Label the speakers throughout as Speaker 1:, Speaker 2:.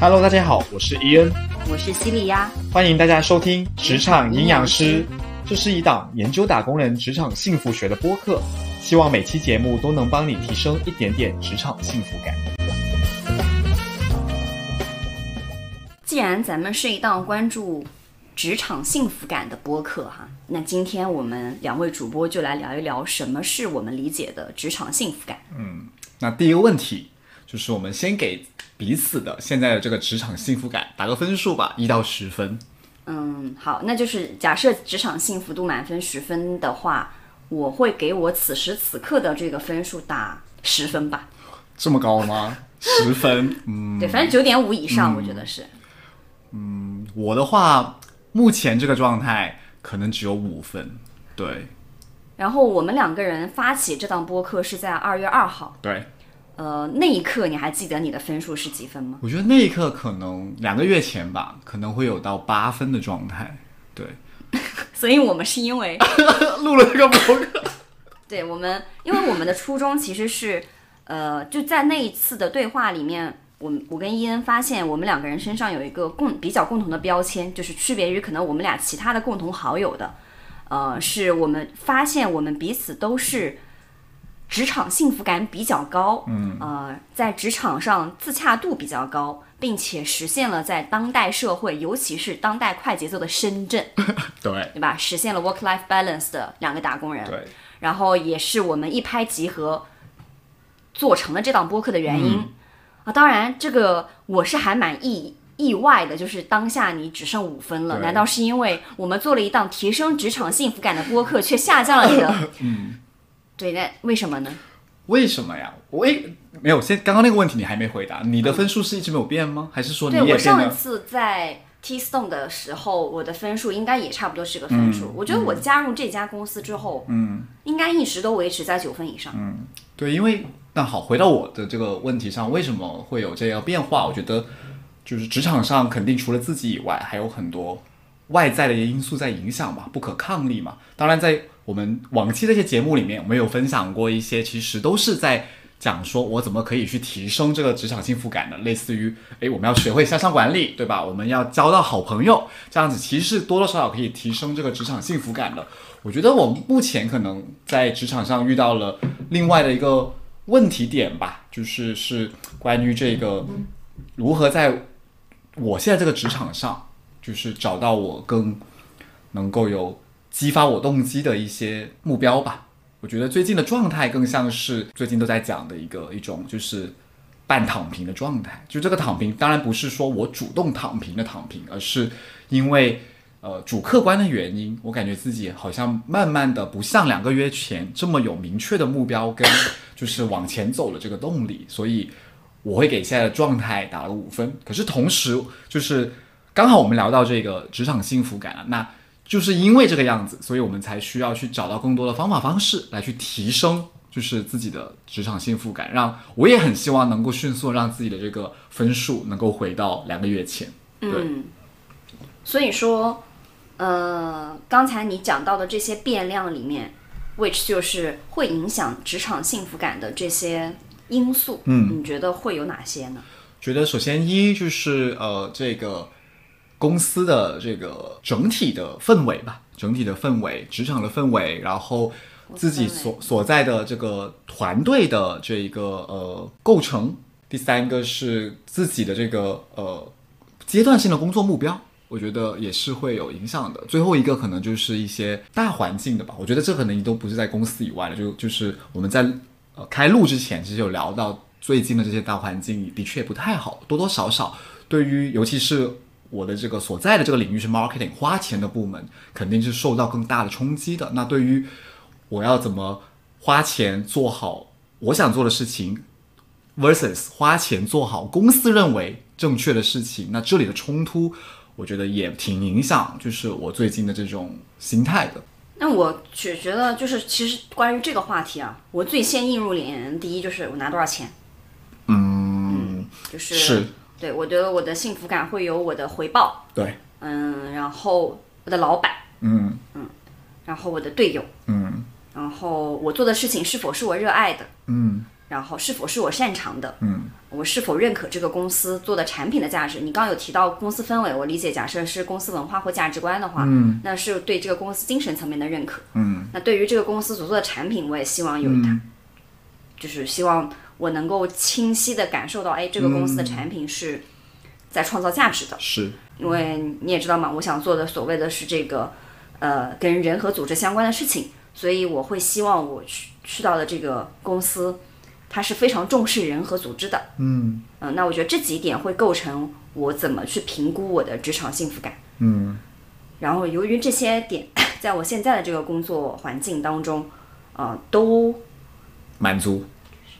Speaker 1: Hello，大家好，我是伊恩，
Speaker 2: 我是西利亚，
Speaker 1: 欢迎大家收听《职场营养师》，这是一档研究打工人职场幸福学的播客，希望每期节目都能帮你提升一点点职场幸福感。
Speaker 2: 既然咱们是一档关注职场幸福感的播客哈、那今天我们两位主播就来聊一聊什么是我们理解的职场幸福感。
Speaker 1: 那第一个问题就是，我们先给彼此的现在的这个职场幸福感打个分数吧，一到十分。
Speaker 2: 嗯，好，那就是假设职场幸福度满分十分的话，我会给我此时此刻的这个分数打十分吧。
Speaker 1: 这么高吗？十分，嗯，
Speaker 2: 对，反正九点五以上，我觉得是。
Speaker 1: 我的话，目前这个状态可能只有五分。对
Speaker 2: 然后我们两个人发起这档播客是在二月二号，
Speaker 1: 对，
Speaker 2: 呃，那一刻你还记得你的分数是几分吗？
Speaker 1: 我觉得那一刻可能两个月前吧，可能会有到八分的状态。对，
Speaker 2: 所以我们是因为
Speaker 1: 录了这个博客，
Speaker 2: 对我们，因为我们的初衷其实是，呃，就在那一次的对话里面，我们我跟伊恩发现，我们两个人身上有一个共比较共同的标签，就是区别于可能我们俩其他的共同好友的，呃，是我们发现我们彼此都是职场幸福感比较高，嗯，呃，在职场上自洽度比较高，并且实现了在当代社会，尤其是当代快节奏的深圳，
Speaker 1: 对
Speaker 2: 对吧？实现了 work-life balance 的两个打工人，
Speaker 1: 对，
Speaker 2: 然后也是我们一拍即合做成了这档播客的原因、
Speaker 1: 嗯
Speaker 2: 啊。当然，这个我是还蛮意意外的，就是当下你只剩五分了，
Speaker 1: 对
Speaker 2: 难道是因为我们做了一档提升职场幸福感的播客，却下降了你的？ 嗯，对，那为什么呢？
Speaker 1: 为什么呀？我也没有，先刚刚那个问题你还没回答，你的分数是一直没有变吗？还是说你
Speaker 2: 对
Speaker 1: 也变
Speaker 2: 我上一
Speaker 1: 得？
Speaker 2: 次在 T Stone 的时候，我的分数应该也差不多是个分
Speaker 1: 嗯
Speaker 2: 数。我觉得我加入这家公司之后，嗯，应该一直都维持在九分以上。
Speaker 1: 对，因为那好，回到我的这个问题上，为什么会有这样变化？我觉得就是职场上肯定除了自己以外，还有很多外在的一些因素在影响吧，不可抗力嘛。当然，在我们往期的一些节目里面，我们有分享过一些，其实都是在讲说我怎么可以去提升这个职场幸福感的，类似于诶，我们要学会向上管理，对吧？我们要交到好朋友，这样子其实多多少少可以提升这个职场幸福感的。我觉得我目前可能在职场上遇到了另外的一个问题点吧，就是是关于这个如何在我现在这个职场上，就是找到我更能够有激发我动机的一些目标吧。我觉得最近的状态更像是最近都在讲的一个一种就是半躺平的状态。就这个躺平，当然不是说我主动躺平的躺平，而是因为呃主客观的原因，我感觉自己好像慢慢的不像两个月前这么有明确的目标跟就是往前走的这个动力，所以我会给现在的状态打了五分。可是同时，就是刚好我们聊到这个职场幸福感啊，那就是因为这个样子，所以我们才需要去找到更多的方法方式来去提升。就是自己的职场幸福感，让我也很希望能够迅速让自己的这个分数能够回到两个月前。对，
Speaker 2: 所以说，呃，刚才你讲到的这些变量里面，which 就是会影响职场幸福感的这些因素，嗯，你觉得会有哪些呢？
Speaker 1: 觉得首先一就是呃这个公司的这个整体的氛围吧，整体的氛围，职场的氛围，然后自己所所在的这个团队的这一个呃构成，第三个是自己的这个呃阶段性的工作目标。我觉得也是会有影响的。最后一个可能就是一些大环境的吧，我觉得这可能都不是在公司以外的，就就是我们在呃开录之前其实有聊到最近的这些大环境的确不太好，多多少少对于尤其是我的这个所在的这个领域是 marketing 花钱的部门，肯定是受到更大的冲击的。那对于我要怎么花钱做好我想做的事情，versus 花钱做好公司认为正确的事情，那这里的冲突，我觉得也挺影响，就是我最近的这种心态的。
Speaker 2: 那我只觉得就是，其实关于这个话题啊，我最先映入眼帘的第一就是我拿多少钱，嗯，就是
Speaker 1: 是
Speaker 2: 对我觉得我的幸福感会有我的回报，
Speaker 1: 对，
Speaker 2: 嗯，然后我的老板，
Speaker 1: 嗯
Speaker 2: 然后我的队友，
Speaker 1: 嗯
Speaker 2: 然后我做的事情是否是我热爱的，
Speaker 1: 嗯，
Speaker 2: 然后是否是我擅长的，
Speaker 1: 嗯，
Speaker 2: 我是否认可这个公司做的产品的价值？你刚刚有提到公司氛围，我理解，假设是公司文化或价值观的话，嗯，那是对这个公司精神层面的认可，
Speaker 1: 嗯，
Speaker 2: 那对于这个公司所做的产品，我也希望有，就是希望我能够清晰的感受到，哎，这
Speaker 1: 嗯
Speaker 2: 个公司的产品是在创造价值的，
Speaker 1: 是
Speaker 2: 因为你也知道嘛，我想做的所谓的是这个，呃，跟人和组织相关的事情，所以我会希望我去去到的这个公司，它是非常重视人和组织的。嗯那我觉得这几点会构成我怎么去评估我的职场幸福感。
Speaker 1: 嗯
Speaker 2: 然后由于这些点， 在我现在的这个工作环境当中，呃，都
Speaker 1: 满足，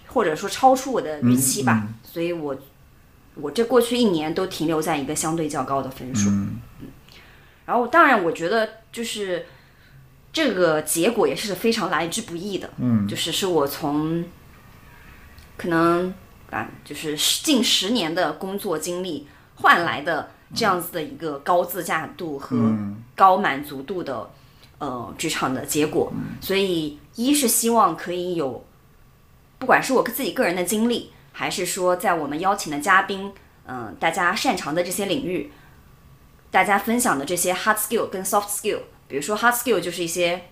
Speaker 2: 或者说超出我的预期吧，所以我我这过去一年都停留在一个相对较高的分数。嗯然后当然我觉得就是这个结果也是非常来之不易的，嗯，就是是我从可能啊，就是近十年的工作经历换来的这样子的一个高自驾度和
Speaker 1: 嗯
Speaker 2: 高满足度的。呃，职场的结果，
Speaker 1: 嗯
Speaker 2: 所以一是希望可以有不管是我自己个人的经历，还是说在我们邀请的嘉宾，嗯、大家擅长的这些领域，大家分享的这些 hard skill 跟 soft skill，比如说 hard skill 就是一些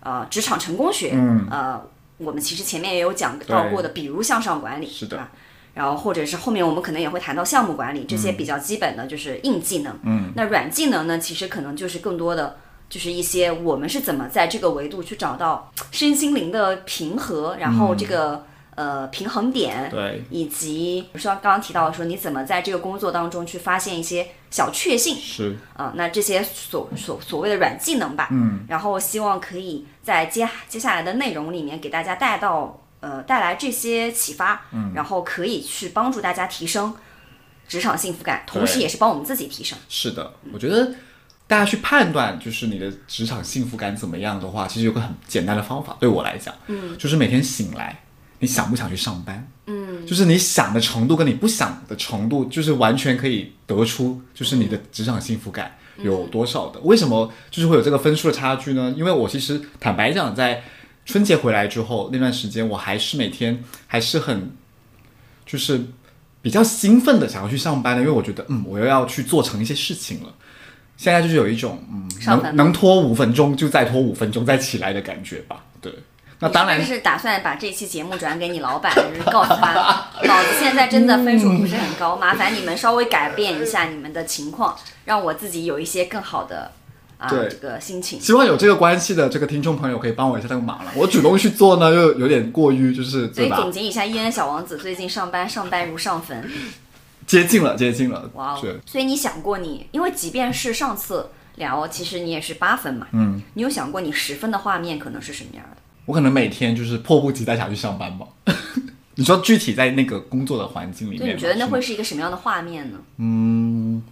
Speaker 2: 呃职场成功学，
Speaker 1: 嗯
Speaker 2: 呃，我们其实前面也有讲到过的，比如向上管理，
Speaker 1: 是的
Speaker 2: 啊然后或者是后面我们可能也会谈到项目管理这些比较基本的，就是硬技能。嗯，那软技能呢，其实可能就是更多的就是一些我们是怎么在这个维度去找到身心灵的平和，然后这个、呃平衡点，
Speaker 1: 对，
Speaker 2: 以及比如说刚刚提到说你怎么在这个工作当中去发现一些小确幸，
Speaker 1: 是
Speaker 2: 啊、那这些所所所谓的软技能吧，嗯，然后希望可以在接接下来的内容里面给大家带到呃带来这些启发，嗯，然后可以去帮助大家提升职场幸福感，同时也是帮我们自己提升。
Speaker 1: 是的，我觉得大家去判断就是你的职场幸福感怎么样的话，其实有个很简单的方法，对我来讲，嗯，就是每天醒来，你想不想去上班？嗯，就是你想的程度跟你不想的程度，就是完全可以得出，就是你的职场幸福感有多少的。为什么就是会有这个分数的差距呢？因为我其实坦白讲，在春节回来之后那段时间，我还是每天还是很就是比较兴奋的想要去上班的，因为我觉得，嗯，我又要去做成一些事情了。现在就是有一种，嗯，
Speaker 2: 上班
Speaker 1: 能能
Speaker 2: 吗
Speaker 1: 拖五分钟就再拖五分钟再起来的感觉吧。对，那当然
Speaker 2: 你是不是打算把这期节目转给你老板，就是告诉他， 老子现在真的分数不是很
Speaker 1: 嗯
Speaker 2: 高，麻烦你们稍微改变一下你们的情况，让我自己有一些更好的啊
Speaker 1: 对
Speaker 2: 这个心情。
Speaker 1: 希望有这个关系的这个听众朋友可以帮我一下这个忙了。 我主动去做呢，又有点过于就是
Speaker 2: 所
Speaker 1: 对
Speaker 2: 以
Speaker 1: 吧
Speaker 2: 总？结一下，伊恩小王子最近上班上班如上坟，
Speaker 1: 接近了，接近了。
Speaker 2: 哇哦
Speaker 1: 对！，
Speaker 2: 所以你想过你，因为即便是上次聊，其实你也是八分嘛，嗯，你有想过你十分的画面可能是什么样的？
Speaker 1: 我可能每天就是迫不及待想去上班吧。 你说具体在那个工作的环境里
Speaker 2: 就
Speaker 1: 面吗，
Speaker 2: 你觉得那
Speaker 1: 是
Speaker 2: 会是一个什么样的画面呢？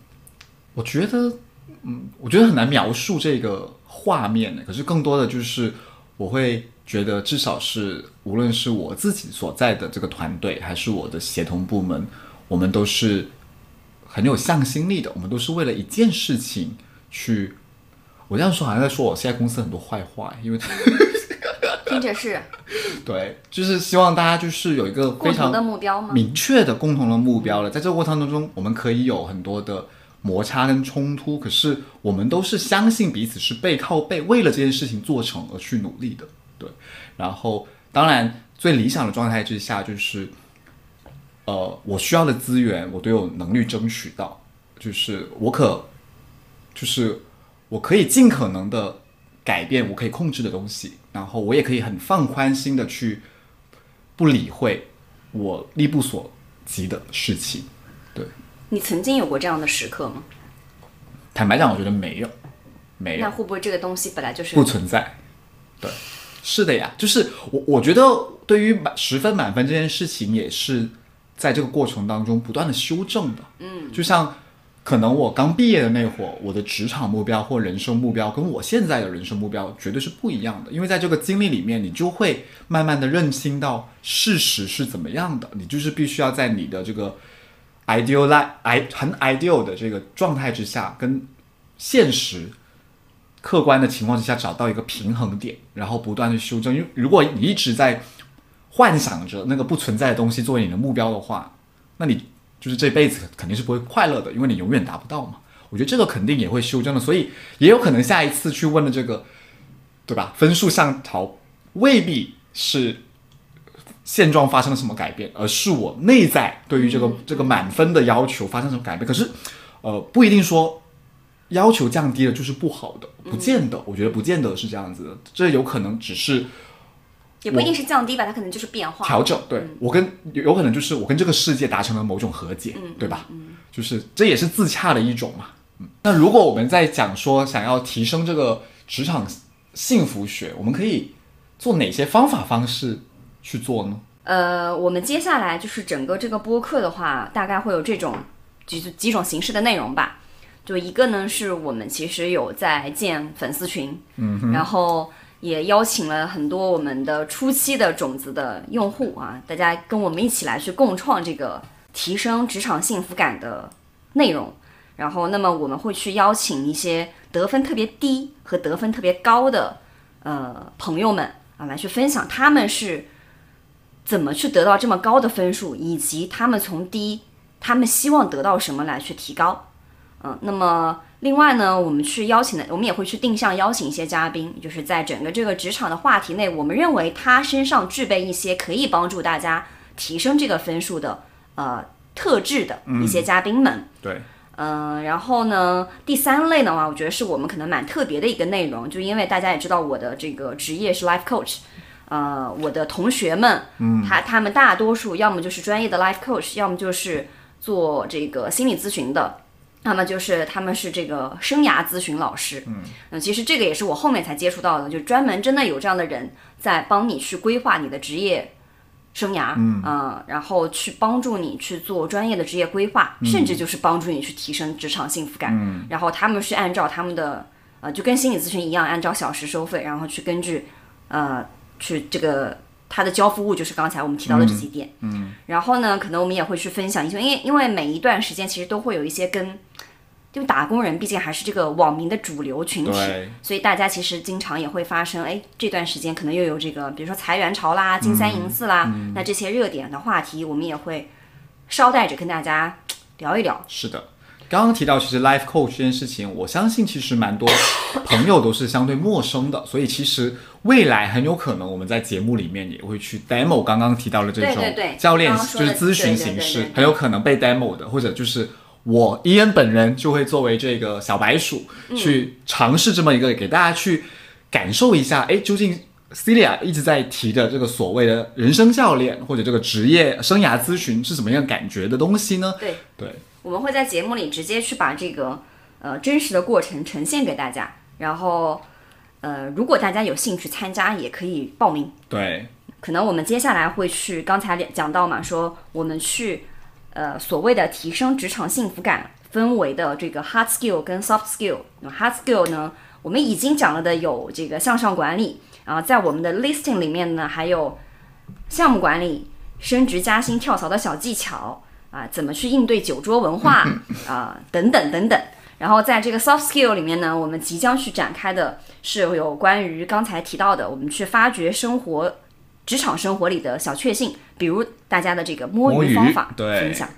Speaker 1: 我觉得，嗯，我觉得很难描述这个画面的。可是更多的就是，我会觉得，至少是无论是我自己所在的这个团队，还是我的协同部门，我们都是很有向心力的。我们都是为了一件事情去。我这样说好像在说我现在公司很多坏话，因为
Speaker 2: 听着是
Speaker 1: 对，就是希望大家就是有一个非
Speaker 2: 共同
Speaker 1: 常
Speaker 2: 的目标吗？
Speaker 1: 明确的共同的目标了。在这个过程当中，我们可以有很多的摩擦跟冲突，可是我们都是相信彼此是背靠背，为了这件事情做成而去努力的。对，然后当然最理想的状态之下就是，呃，我需要的资源我都有能力争取到，就是我可，就是我可以尽可能的改变我可以控制的东西，然后我也可以很放宽心的去不理会我力不所及的事情。对，
Speaker 2: 你曾经有过这样的时刻吗？
Speaker 1: 坦白讲，我觉得没有，没有
Speaker 2: 那。会不会这个东西本来就是
Speaker 1: 不存在。对，是的呀，就是我我觉得对于满十分满分这件事情，也是在这个过程当中不断的修正的。嗯，就像可能我刚毕业的那会儿，我的职场目标或人生目标跟我现在的人生目标绝对是不一样的，因为在这个经历里面，你就会慢慢的认清到事实是怎么样的，你就是必须要在你的这个 ideal life i 很 ideal 的这个状态之下，跟现实客观的情况之下找到一个平衡点，然后不断的修正。因为如果你一直在幻想着那个不存在的东西作为你的目标的话，那你就是这辈子肯定是不会快乐的，因为你永远达不到嘛。我觉得这个肯定也会修正的，所以也有可能下一次去问的这个，对吧？分数上调未必是现状发生了什么改变，而是我内在对于这个、这个满分的要求发生什么改变。可是，呃，不一定说要求降低了就是不好的，不见得，我觉得不见得是这样子的，这有可能只是
Speaker 2: 也不一定是降低吧，它可能就是变化。
Speaker 1: 调整。对、我跟有有可能就是我跟这个世界达成了某种和解，对吧？就是这也是自洽的一种嘛。嗯，那如果我们在讲说想要提升这个职场幸福学，我们可以做哪些方法方式去做呢？
Speaker 2: 呃，我们接下来就是整个这个播客的话，大概会有这种几几种形式的内容吧。就一个呢，是我们其实有在建粉丝群，嗯，然后也邀请了很多我们的初期的种子的用户啊，大家跟我们一起来去共创这个提升职场幸福感的内容。然后，那么我们会去邀请一些得分特别低和得分特别高的呃朋友们啊，来去分享他们是怎么去得到这么高的分数，以及他们从低，他们希望得到什么来去提高。嗯，那么另外呢，我们去邀请的，我们也会去定向邀请一些嘉宾，就是在整个这个职场的话题内，我们认为他身上具备一些可以帮助大家提升这个分数的呃特质的一些嘉宾们。
Speaker 1: 对，
Speaker 2: 嗯、然后呢，第三类的话，我觉得是我们可能蛮特别的一个内容，就因为大家也知道我的这个职业是 life coach，呃，我的同学们，嗯，他他们大多数要么就是专业的 life coach，要么就是做这个心理咨询的，要么就是他们是这个生涯咨询老师，嗯，其实这个也是我后面才接触到的，就专门真的有这样的人在帮你去规划你的职业生涯，嗯、然后去帮助你去做专业的职业规划，甚至就是帮助你去提升职场幸福感。嗯、然后他们是按照他们的呃，就跟心理咨询一样，按照小时收费，然后去根据呃去这个它的交付物就是刚才我们提到的这几点。嗯，然后呢，可能我们也会去分享一些，因为因为每一段时间其实都会有一些跟。就打工人毕竟还是这个网民的主流群体，
Speaker 1: 对，
Speaker 2: 所以大家其实经常也会发生，哎，这段时间可能又有这个，比如说裁员潮啦、金三银四啦，那这些热点的话题，我们也会捎带着跟大家聊一聊。
Speaker 1: 是的。刚刚提到其实 life coach 这件事情，我相信其实蛮 多朋友都是相对陌生的，所以其实未来很有可能我们在节目里面也会去 demo 刚刚提到的这
Speaker 2: 对
Speaker 1: 种
Speaker 2: 对对
Speaker 1: 教练
Speaker 2: 刚刚说
Speaker 1: 就
Speaker 2: 的
Speaker 1: 是咨询
Speaker 2: 对对
Speaker 1: 形
Speaker 2: 对
Speaker 1: 式
Speaker 2: 对，
Speaker 1: 很有可能被 demo 的，或者就是我伊恩本人就会作为这个小白鼠、
Speaker 2: 嗯
Speaker 1: 去尝试这么一个，给大家去感受一下，哎，究竟 Celia 一直在提的这个所谓的人生教练或者这个职业生涯咨询是怎么样感觉的东西呢？
Speaker 2: 对，
Speaker 1: 对，
Speaker 2: 我们会在节目里直接去把这个呃真实的过程呈现给大家，然后呃，如果大家有兴趣参加，也可以报名。
Speaker 1: 对，
Speaker 2: 可能我们接下来会去，刚才讲到嘛，说我们去呃所谓的提升职场幸福感氛围的这个 hard skill 跟 soft skill。那么 hard skill 呢，我们已经讲了的有这个向上管理，然后在我们的 listing 里面呢，还有项目管理、升职加薪、跳槽的小技巧啊，怎么去应对酒桌文 化啊，等等等等。然后在这个 soft skill 里面呢，我们即将去展开的是有关于刚才提到的，我们去发掘生活、职场生活里的小确幸，比如大家的这个摸
Speaker 1: 摸鱼
Speaker 2: 鱼方法
Speaker 1: 对
Speaker 2: 分享。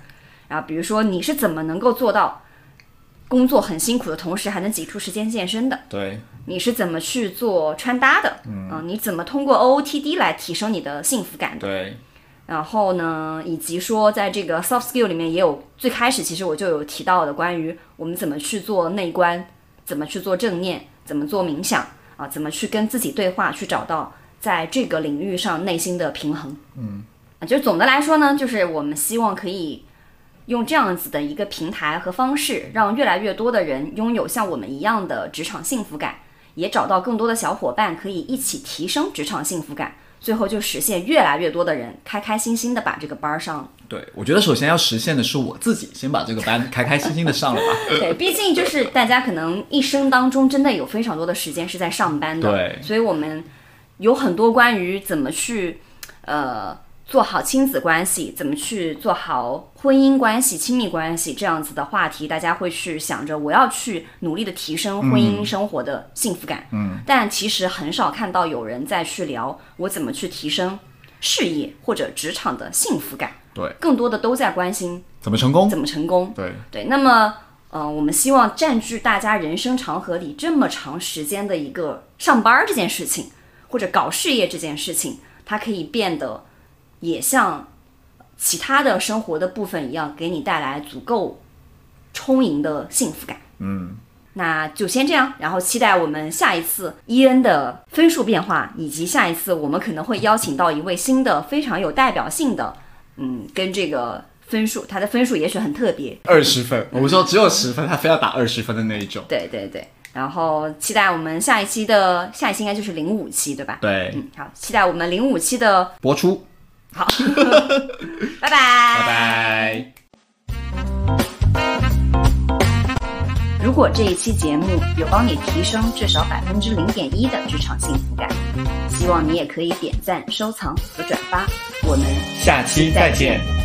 Speaker 2: 然后比如说你是怎么能够做到工作很辛苦的同时还能挤出时间健身的？
Speaker 1: 对，
Speaker 2: 你是怎么去做穿搭的？嗯、你怎么通过 OOTD 来提升你的幸福感的？
Speaker 1: 对，
Speaker 2: 然后呢，以及说在这个 soft skill 里面也有最开始其实我就有提到的关于我们怎么去做内观，怎么去做正念，怎么做冥想啊，怎么去跟自己对话，去找到在这个领域上内心的平衡。嗯，啊，就是总的来说呢，就是我们希望可以用这样子的一个平台和方式，让越来越多的人拥有像我们一样的职场幸福感，也找到更多的小伙伴可以一起提升职场幸福感，最后就实现越来越多的人开开心心的把这个班儿上了。
Speaker 1: 对，我觉得首先要实现的是我自己，先把这个班开开心心的上了吧。
Speaker 2: 对，毕竟就是大家可能一生当中真的有非常多的时间是在上班的，
Speaker 1: 对
Speaker 2: 所以我们有很多关于怎么去呃做好亲子关系，怎么去做好婚姻关系、亲密关系这样子的话题，大家会去想着我要去努力的提升婚姻生活
Speaker 1: 嗯
Speaker 2: 的幸福感，嗯，但其实很少看到有人再去聊我怎么去提升事业或者职场的幸福感，
Speaker 1: 对，
Speaker 2: 更多的都在关心
Speaker 1: 怎么成功？
Speaker 2: 怎么成功。
Speaker 1: 对，
Speaker 2: 对，那么呃，我们希望占据大家人生长河里这么长时间的一个上班儿这件事情，或者搞事业这件事情，它可以变得也像其他的生活的部分一样，给你带来足够充盈的幸福感。嗯，那就先这样，然后期待我们下一次伊恩的分数变化，以及下一次我们可能会邀请到一位新的非常有代表性的，嗯，跟这个。分数，他的分数也许很特别，
Speaker 1: 二十分，我们说只有十分，他非要打二十分的那一种。
Speaker 2: 对对对，然后期待我们下一期的下一期应该就是零五期对吧？
Speaker 1: 对，
Speaker 2: 嗯，好，期待我们零五期的，
Speaker 1: 播出，
Speaker 2: 好，拜拜
Speaker 1: 拜拜。
Speaker 2: 如果这一期节目有帮你提升至少百分之零点一的职场幸福感，希望你也可以点赞、收藏和转发。我们
Speaker 1: 下期再见。